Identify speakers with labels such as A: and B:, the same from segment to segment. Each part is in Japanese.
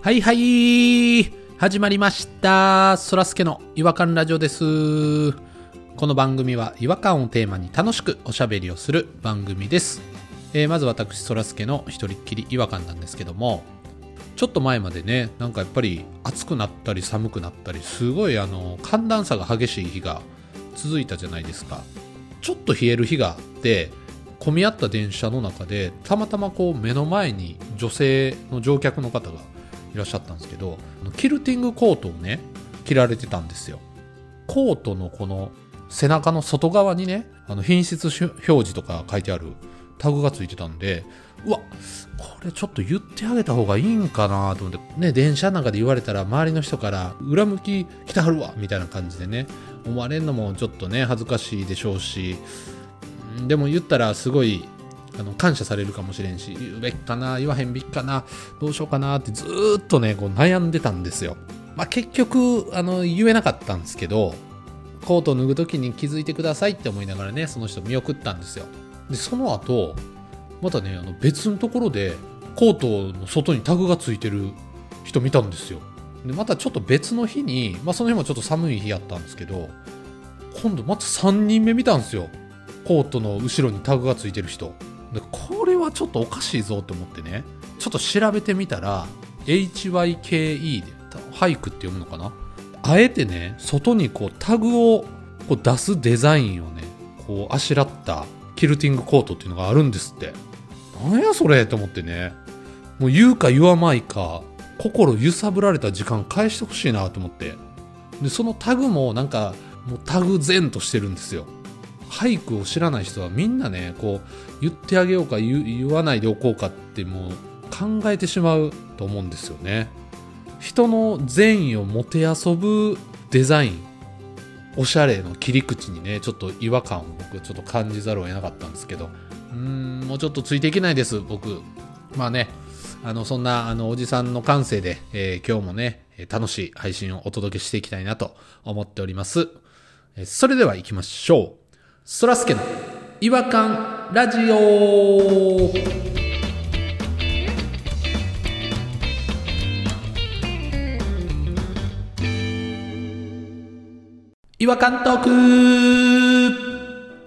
A: はいはい始まりましたそらすけの違和感ラジオですこの番組は違和感をテーマに楽しくおしゃべりをする番組です、えーまず私そらすけの一人っきり違和感なんですけどもちょっと前までねなんかやっぱり暑くなったり寒くなったりすごいあの寒暖差が激しい日が続いたじゃないですかちょっと冷える日があって混み合った電車の中でたまたまこう目の前に女性の乗客の方がいらっしゃったんですけどあのキルティングコートをね着られてたんですよコートのこの背中の外側にねあの品質し表示とか書いてあるタグがついてたんでうわこれちょっと言ってあげた方がいいんかなと思ってね電車なんかで言われたら周りの人から裏向き来てはるわみたいな感じでね思われるのもちょっとね恥ずかしいでしょうしうんでも言ったらすごいあの感謝されるかもしれんし言うべきかな言わへんべきかなどうしようかなってずーっとねこう悩んでたんですよ、まあ、結局あの言えなかったんですけどコートを脱ぐ時に気づいてくださいって思いながらねその人見送ったんですよでその後またねあの別のところでコートの外にタグがついてる人見たんですよでまたちょっと別の日に、まあ、その日もちょっと寒い日やったんですけど今度また3人目見たんですよコートの後ろにタグがついてる人でこれはちょっとおかしいぞと思ってねちょっと調べてみたら HYKE で俳句って読むのかなあえてね外にこうタグをこう出すデザインをねこうあしらったキルティングコートっていうのがあるんですってなんやそれと思ってねもう言うか言わまいか心揺さぶられた時間返してほしいなと思ってでそのタグもなんかもうタグ前としてるんですよ俳句を知らない人はみんなねこう言ってあげようか言言わないでおこうかってもう考えてしまうと思うんですよね人の善意をもてあそぶデザインおしゃれの切り口にねちょっと違和感を僕ちょっと感じざるを得なかったんですけどうーんもうちょっとついていけないです僕まあねあのそんなあのおじさんの感性で、えー今日もねえー楽しい配信をお届けしていきたいなと思っておりますえーそれでは行きましょうそらすけの違和感ラジオ違和感トーク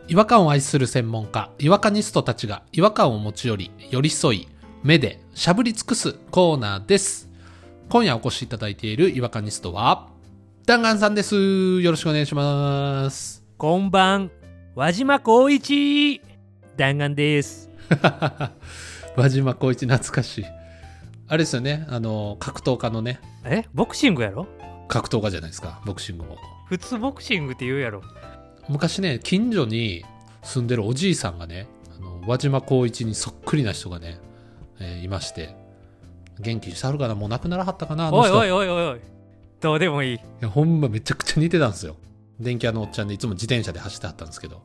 A: 違和感を愛する専門家違和感ニストたちが違和感を持ち寄り寄り添い目でしゃぶり尽くすコーナーです今夜お越しいただいている違和感ニストは弾丸さんですよろしくお願いします
B: こんばん、輪島光一弾丸です。
A: 和島光一懐かしいあれですよねあの格闘家のね
B: え、ボクシングやろ
A: 格闘家じゃないですかボクシングも
B: 普通ボクシングって言うやろ。
A: 昔ね近所に住んでるおじいさんがねあの和島光一にそっくりな人がね、えーいまして元気にしてはるかなもう亡くならはったかなあの
B: おい
A: 人
B: おいおいおいおい。どうでもいい。
A: いやほんまめちゃくちゃ似てたんですよ電気屋のおっちゃんでいつも自転車で走ってはったんですけど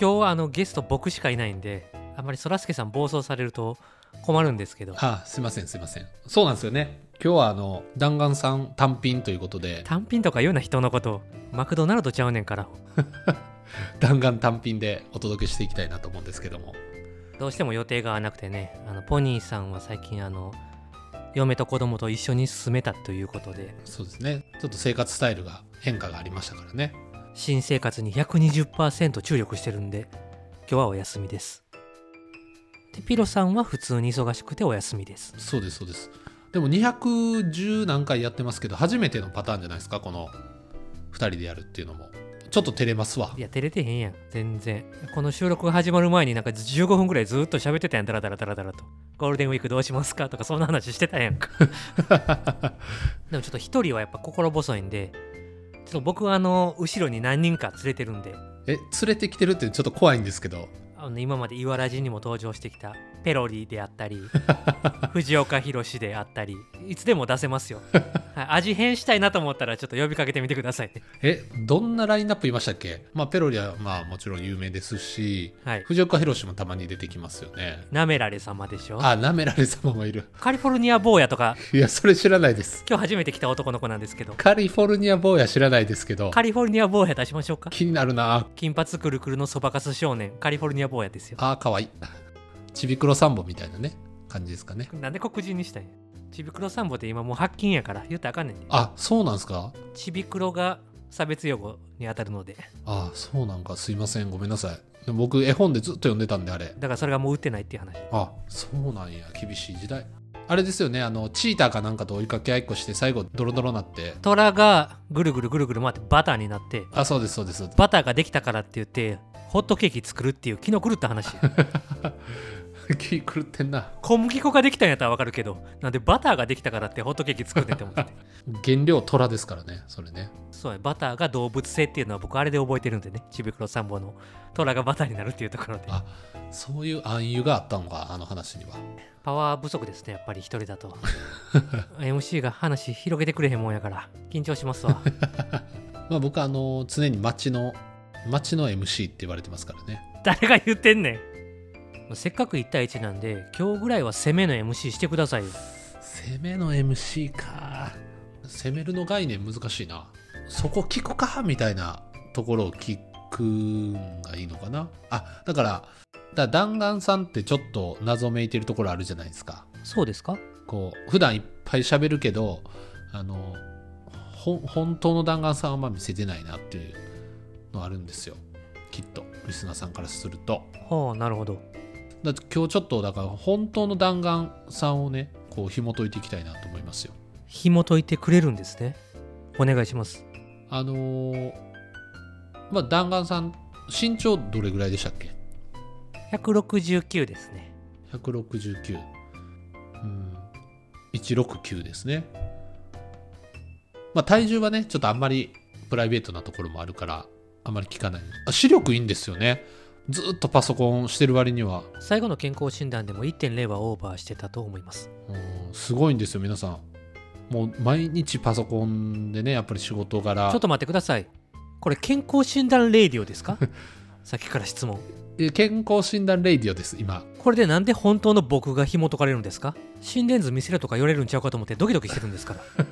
B: 今日はあのゲスト僕しかいないんで、あんまりそらすけさん暴走されると困るんですけど。
A: ああすいませんすいませんそうなんですよね今日はあの弾丸さん単品ということで
B: 単品とか言うな人のこと。マクドナルドちゃうねんから。
A: 弾丸単品でお届けしていきたいなと思うんですけども
B: どうしても予定が合わなくてね、あのポニーさんは最近あの、嫁と子供と一緒に住めたということで、
A: そうですねちょっと生活スタイルが変化がありましたからね
B: 新生活に120%注力してるんで今日はお休みですでピロさんは普通に忙しくてお休みです
A: そうですそうですでも210何回やってますけど初めてのパターンじゃないですかこの2人でやるっていうのもちょっと照れますわ
B: いや照れてへんやん全然この収録が始まる前になんか15分ぐらいずっと喋ってたやんダラダラダラダラとゴールデンウィークどうしますかとかそんな話してたやんかでもちょっと一人はやっぱ心細いんでちょっと僕はあの後ろに何人か連れてるんで
A: え連れてきてるってちょっと怖いんですけど
B: あの今までイワラジにも登場してきたペロリであっ たり藤岡弘であったりいつでも出せますよ、はい、味変したいなと思ったらちょっと呼びかけてみてくださいね
A: えどんなラインナップいましたっけまあペロリはまあもちろん有名ですし
B: はい
A: 藤岡弘もたまに出てきますよね
B: なめられ様でしょ
A: あなめられ様もいる
B: カリフォルニア坊やとか
A: いやそれ知らないです
B: 今日初めて来た男の子なんですけど
A: カリフォルニア坊や知らないですけど
B: カリフォルニア坊や出しましょうか
A: 気になるな
B: 金髪くるくるのそばかす少年カリフォルニア坊やですよ
A: あーかわいいちびくろサンボみたいなね感じですかね
B: なんで黒人にしたいんやちびくろさんぼって今もう発禁やから言ったらあかんねんで
A: あそうなんですか
B: ちびくろが差別用語に当たるので
A: あそうなんかすいませんごめんなさいでも僕絵本でずっと読んでたんであれ
B: だからそれがもう売ってないっていう話
A: あそうなんや厳しい時代あれですよねあのチーターかなんかと追いかけ合いっこして最後ドロドロなって
B: 虎がぐるぐるぐるぐる回ってバターになって
A: あそうですそうです そうです
B: バターができたからって言ってホットケーキ作るっていう気の狂った 話
A: 気狂ってんな
B: 小麦粉ができたんやったらわかるけどなんでバターができたからってホットケーキ作るねんって思ってて
A: 原料虎ですからねそれね
B: そうやバターが動物性っていうのは僕あれで覚えてるんでねちびくろさんぼの虎がバターになるっていうところで
A: あそういう暗喩があったのかあの話には
B: パワー不足ですねやっぱり一人だ と MC が話広げてくれへんもんやから緊張しますわ
A: まあ僕あの常に街の街の MC って言われてますからね
B: 誰が言ってんねんせっかく1対1なんで今日ぐらいは攻めの MC してくださいよ
A: 攻めの MC か攻めるの概念難しいなそこ聞くかみたいなところを聞くんがいいのかなあだからだ弾丸さんってちょっと謎めいてるところあるじゃないですか
B: そうですか
A: こう普段いっぱい喋るけどあのほん本当の弾丸さんはあんま見せてないなっていうのあるんですよきっとリスナーさんからすると
B: はあなるほど
A: だって今日ちょっとだから本当の弾丸さんをねこう紐解いていきたいなと思いますよ
B: 紐解いてくれるんですねお願いします
A: あのーまあ弾丸さん身長どれぐらいでしたっけ
B: 169ですね
A: 169うん169ですねまあ体重はねちょっとあんまりプライベートなところもあるからあんまり聞かないあ視力いいんですよねずーっとパソコンしてる割には
B: 最後の健康診断でも1.0はオーバーしてたと思います
A: うんすごいんですよ皆さんもう毎日パソコンでねやっぱり仕事柄
B: ちょっと待ってくださいこれ健康診断レイディオですかさっきから質問
A: え健康診断レイディオです今
B: これでなんで本当の僕が紐解かれるんですか心電図見せろとか言われるんちゃうかと思ってドキドキしてるんですから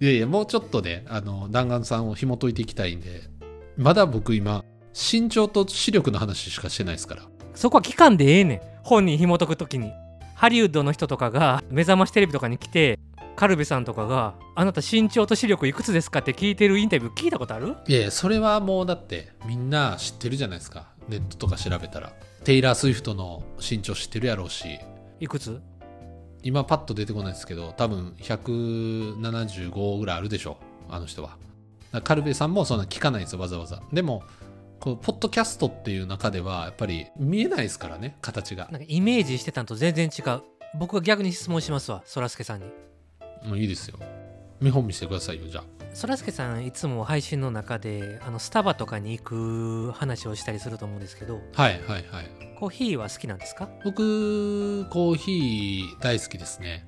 A: いやいやもうちょっとねあの弾丸さんを紐解いていきたいんでまだ僕今身長と視力の話しかしてないですから
B: そこは期間でええねん本人紐解く時にハリウッドの人とかが目覚ましテレビとかに来てカルベさんとかが「あなた身長と視力いくつですか?」って聞いてるインタビュー聞いたことある
A: いやいやそれはもうだってみんな知ってるじゃないですかネットとか調べたらテイラー・スウィフトの身長知ってるやろうし
B: いくつ
A: 今パッと出てこないですけど多分175ぐらいあるでしょあの人はだからカルベさんもそんな聞かないんですよわざわざでもこのポッドキャストっていう中ではやっぱり見えないですからね形が
B: なんかイメージしてたんと全然違う僕は逆に質問しますわそらすけさんに
A: もういいですよ見本見せてくださいよじゃあ
B: そらすけさんいつも配信の中であのスタバとかに行く話をしたりすると思うんですけど
A: はいはいはい
B: コーヒーは好きなんですか
A: 僕コーヒー大好きですね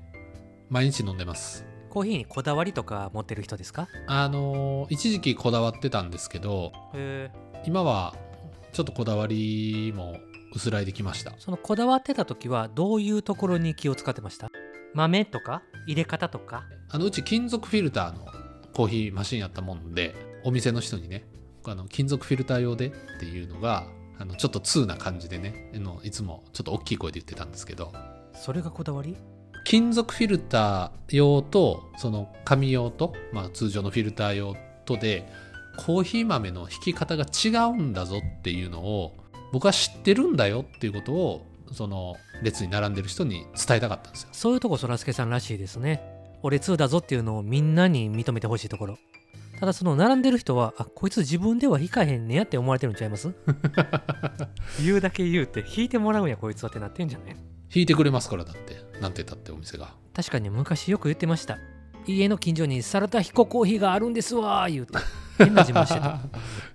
A: 毎日飲んでます
B: コーヒーにこだわりとか持ってる人ですか
A: あのー一時期こだわってたんですけど
B: へえ
A: 今はちょっとこだわりも薄らいできました
B: そのこだわってた時はどういうところに気を使ってました豆とか入れ方とか
A: あのうち金属フィルターのコーヒーマシンやったもんでお店の人にねあの金属フィルター用でっていうのがあのちょっと通な感じでねあのいつもちょっと大きい声で言ってたんですけど
B: それがこだわり
A: 金属フィルター用とその紙用と、まあ、通常のフィルター用とでコーヒー豆の引き方が違うんだぞっていうのを僕は知ってるんだよっていうことをその列に並んでる人に伝えたかったんですよ
B: そういうとこそらすけさんらしいですね俺2だぞっていうのをみんなに認めてほしいところただその並んでる人はあこいつ自分では引かへんねやって思われてるんちゃいます 言うだけ言うって引いてもらうんやこいつはってなってんじゃない
A: 引いてくれますからだってなんて言ったってお店 が
B: 確かに昔よく言ってました家の近所にサラダヒココーヒーがあるんですわー言うて変な自慢して た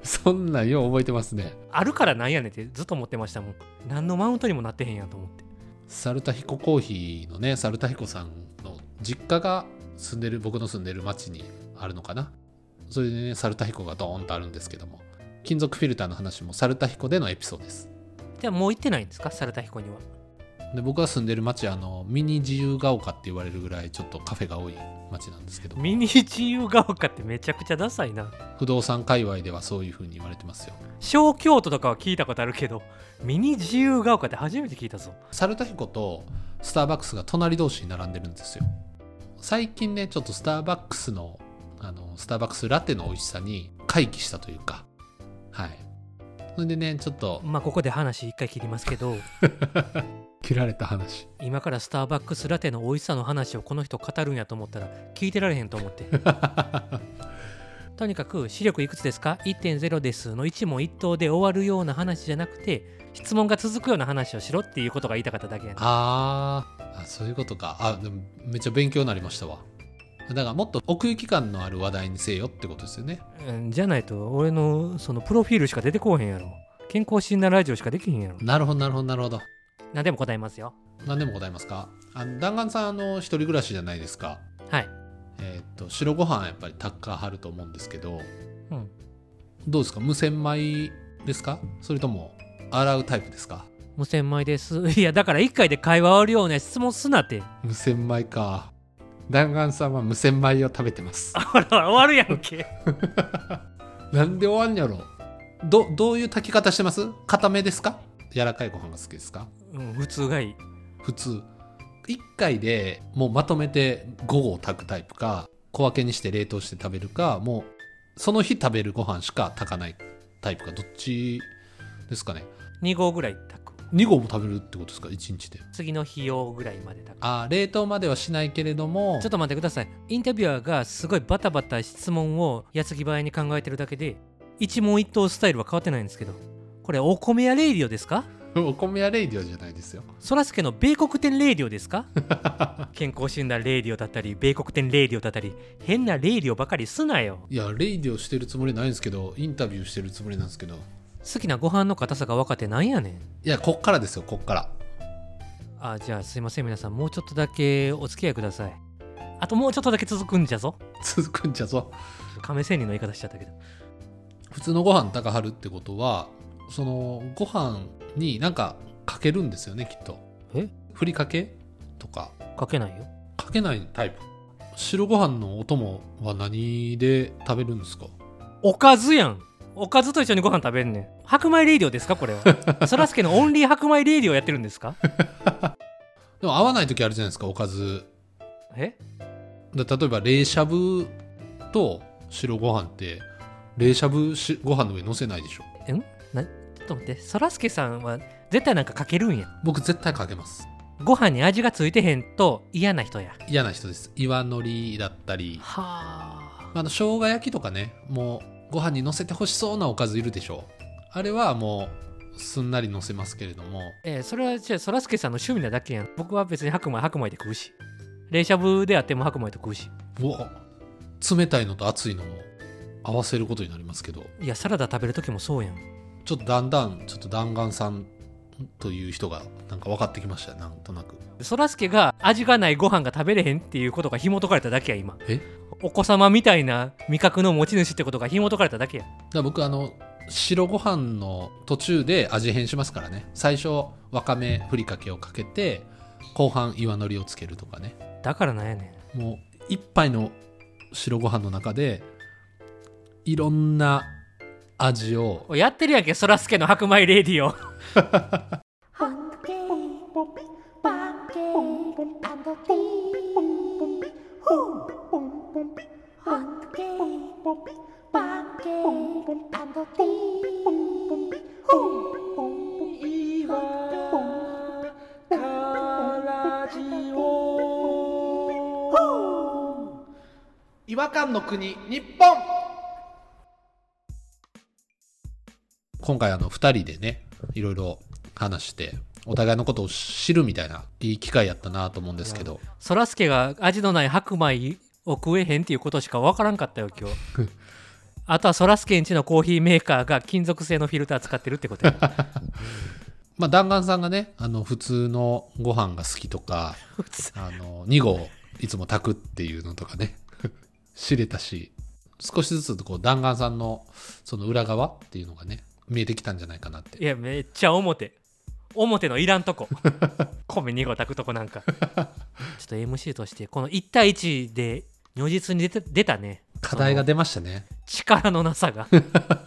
A: そんなんよう覚えてますね
B: あるからなんやねんってずっと思ってましたもん何のマウントにもなってへんやと思って
A: サルタヒココーヒーのねサルタヒコさんの実家が住んでる僕の住んでる町にあるのかなそれでねサルタヒコがドーンとあるんですけども金属フィルターの話もサルタヒコでのエピソードです
B: じゃあもう行ってないんですかサラダヒコには
A: で僕が住んでる町あのミニ自由が丘って言われるぐらいちょっとカフェが多い町なんですけど
B: ミニ自由が丘ってめちゃくちゃダサいな
A: 不動産界隈ではそういう風に言われてますよ
B: 小京都とかは聞いたことあるけどミニ自由が丘って初めて聞いたぞ
A: 猿田彦とスターバックスが隣同士に並んでるんですよ最近ねちょっとスターバックスのあのスターバックスラテの美味しさに回帰したというかはいそれでねちょっと
B: まあここで話一回切りますけど
A: 切られた話
B: 今からスターバックスラテの美味しさの話をこの人語るんやと思ったら聞いてられへんと思 ってとにかく視力いくつですか1.0ですの一問一答で終わるような話じゃなくて質問が続くような話をしろっていうことが言いたかっただけやね
A: あーあそういうことかあでもめっちゃ勉強になりましたわだからもっと奥行き感のある話題にせよってことですよね
B: うんじゃないと俺のそのプロフィールしか出てこうへんやろ健康診断ラジオしかできへんやろ
A: なるほどなるほどなるほど
B: 何でも答えますよ
A: 何でもございますかあの弾丸さんあの一人暮らしじゃないですか
B: はい
A: えーっと白ご飯やっぱりタッカー張ると思うんですけど
B: うん
A: どうですか無洗米ですかそれとも洗うタイプですか
B: 無洗米です いやだから1回で会話終わるような質問すなって
A: 無洗米か弾丸さんは無洗米を食べてます
B: ほら終わるやんけ
A: なんで終わんやろどどういう炊き方してます固めですか柔らかいご飯が好きですか
B: うん普通がいい
A: 普通1回でもうまとめて午後炊くタイプか小分けにして冷凍して食べるかもうその日食べるご飯しか炊かないタイプかどっちですかね
B: 2合ぐらい炊く
A: 2合も食べるってことですか1日で
B: 次の日用ぐらいまで炊く
A: あー冷凍まではしないけれども
B: ちょっと待ってくださいインタビュアーがすごいバタバタ質問を矢継ぎ早に考えてるだけで一問一答スタイルは変わってないんですけどこれお米屋レイディオですか
A: お米屋レイディオじゃないですよ
B: そらすけの米国店レイディオです か健康診断レイディオだったり米国店レイディオだったり変なレイディオばかりすなよ
A: いやレイディオしてるつもりないんですけどインタビューしてるつもりなんですけど
B: 好きなご飯の硬さが分かってなんやねん
A: いやこっからですよこっから
B: あじゃあすいません皆さんもうちょっとだけお付き合いくださいあともうちょっとだけ続くんじゃぞ
A: 続くんじゃぞ
B: 亀仙人の言い方しちゃったけど
A: 普通のご飯高はるってことはそのご飯になんかかけるんですよねきっと
B: え
A: ふりかけとか
B: かけないよ
A: かけないタイプ白ご飯のお供は何で食べるんですか
B: おかずやんおかずと一緒にご飯食べんねん白米レイディオですかこれ はそらすけのオンリー白米レイディオやってるんですか
A: でも合わない時あるじゃないですかおかず
B: え
A: だ例えば冷しゃぶと白ご飯って冷しゃぶしご飯の上に乗せないでしょ
B: んなちょっと待ってそらすけさんは絶対なんかかけるんや
A: 僕絶対かけます
B: ご飯に味がついてへんと嫌な人や
A: 嫌な人です岩のりだったり
B: はあ
A: あの生姜焼きとかねもうご飯にのせてほしそうなおかずいるでしょあれはもうすんなりのせますけれども
B: えーそれはじゃあそらすけさんの趣味なだけやん僕は別に白米白米で食うし冷しゃぶであっても白米と食うし
A: うわ冷たいのと熱いのを合わせることになりますけど
B: いやサラダ食べる時もそうやん
A: ちょっとだんだんちょっと弾丸さんという人がなんか分かってきましたよなんとなく
B: そらすけが味がないご飯が食べれへんっていうことが紐解かれただけや今
A: え
B: お子様みたいな味覚の持ち主ってことが紐解かれただけや
A: だから僕あの白ご飯の途中で味変しますからね最初わかめふりかけをかけて後半岩のりをつけるとかね
B: だからなんやね
A: もう一杯の白ご飯の中でいろんな味を
B: んおいやってるやんけそらすけの白米レディオ
C: Hunky,
A: 違和感の国日本今回あの2人でねいろいろ話してお互いのことを知るみたいないい機会やったなと思うんですけど
B: そらすけが味のない白米を食えへんっていうことしかわからんかったよ今日あとはそらすけんちのコーヒーメーカーが金属製のフィルター使ってるってことや
A: まあ弾丸さんがねあの普通のご飯が好きと かあの2合いつも炊くっていうのとかね 知れたし少しずつこう弾丸さんのその裏側っていうのがね見えてきたんじゃないかなって
B: いやめっちゃ表表のいらんとこ米2合炊くとこなんか ちょっと MC としてこの1対1で如実に出た出たね
A: 課題が出ましたね。
B: その力のなさが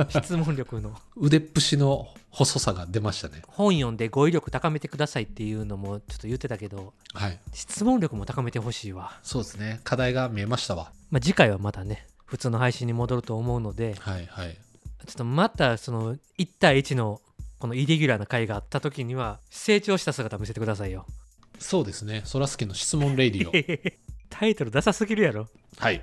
B: 質問力の
A: 腕っぷしの細さが出ましたね。
B: 本読んで語彙力高めてくださいっていうのもちょっと言ってたけど
A: はい。
B: 質問力も高めてほしいわ、
A: そうですね。課題が見えましたわ。
B: まあ、次回はまたね普通の配信に戻ると思うので
A: はいはい。
B: ちょっとまたその1対1のこのイレギュラーな回があった時には成長した姿見せてくださいよ
A: そうですね。そらすけの質問レディオ。
B: タイトルダサすぎるやろ
A: はい。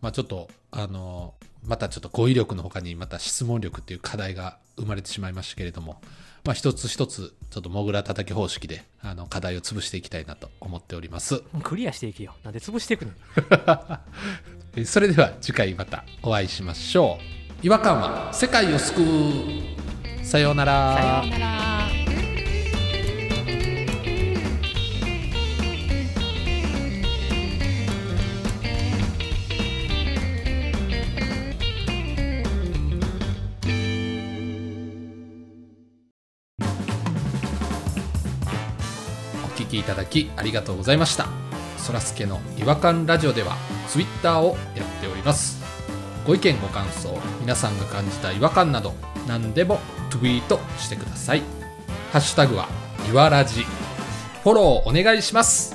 A: まあちょっと、あのーまたちょっと語彙力の他にまた質問力っていう課題が生まれてしまいましたけれども、まあ一つ一つ、ちょっとモグラ叩き方式で、あの、課題を潰していきたいなと思っております。
B: クリアしていけよなんで潰していくの
A: えそれでは次回またお会いしましょう。違和感は世界を救う。さようなら。
B: うなら
A: お聞きいただきありがとうございましたそらすけの違和感ラジオではツイッターをやっておりますご意見ご感想皆さんが感じた違和感など何でもツイートしてくださいハッシュタグはいわらじフォローお願いします